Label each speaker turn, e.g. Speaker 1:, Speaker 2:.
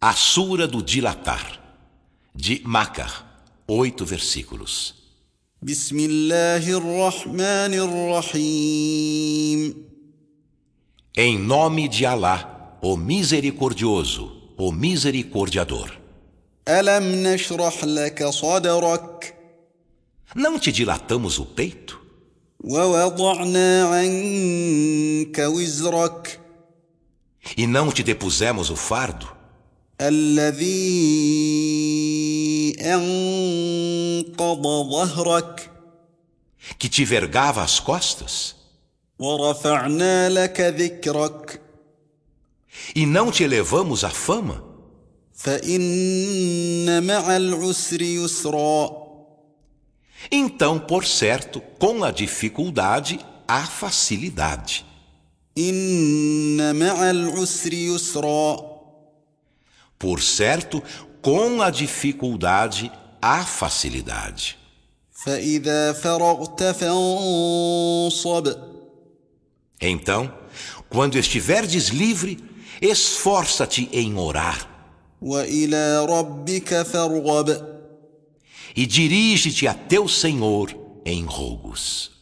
Speaker 1: A Sura do Dilatar, de Macar, oito versículos.
Speaker 2: بسم الله الرحمن الرحيم
Speaker 1: Em nome de Alá, o Misericordioso, o Misericordiador.
Speaker 2: ألم نشرح لك صدرك
Speaker 1: Não te dilatamos o peito?
Speaker 2: ووضعنا عنك وزرك
Speaker 1: E não te depusemos o fardo?
Speaker 2: الذي أنقض ظهرك
Speaker 1: Que te vergava as costas?
Speaker 2: ورفعنا لك ذكرك
Speaker 1: E não te elevamos a fama?
Speaker 2: فإن مع العسر يسرا
Speaker 1: Então, por certo, com a dificuldade, há facilidade.
Speaker 2: إن مع العسر يسرا
Speaker 1: Por certo, com a dificuldade, há facilidade.
Speaker 2: فإذا فرغت فانصب
Speaker 1: Então, quando estiverdes livre, esforça-te em orar
Speaker 2: وإلى ربك فارغب
Speaker 1: e dirige-te a teu Senhor em rogos.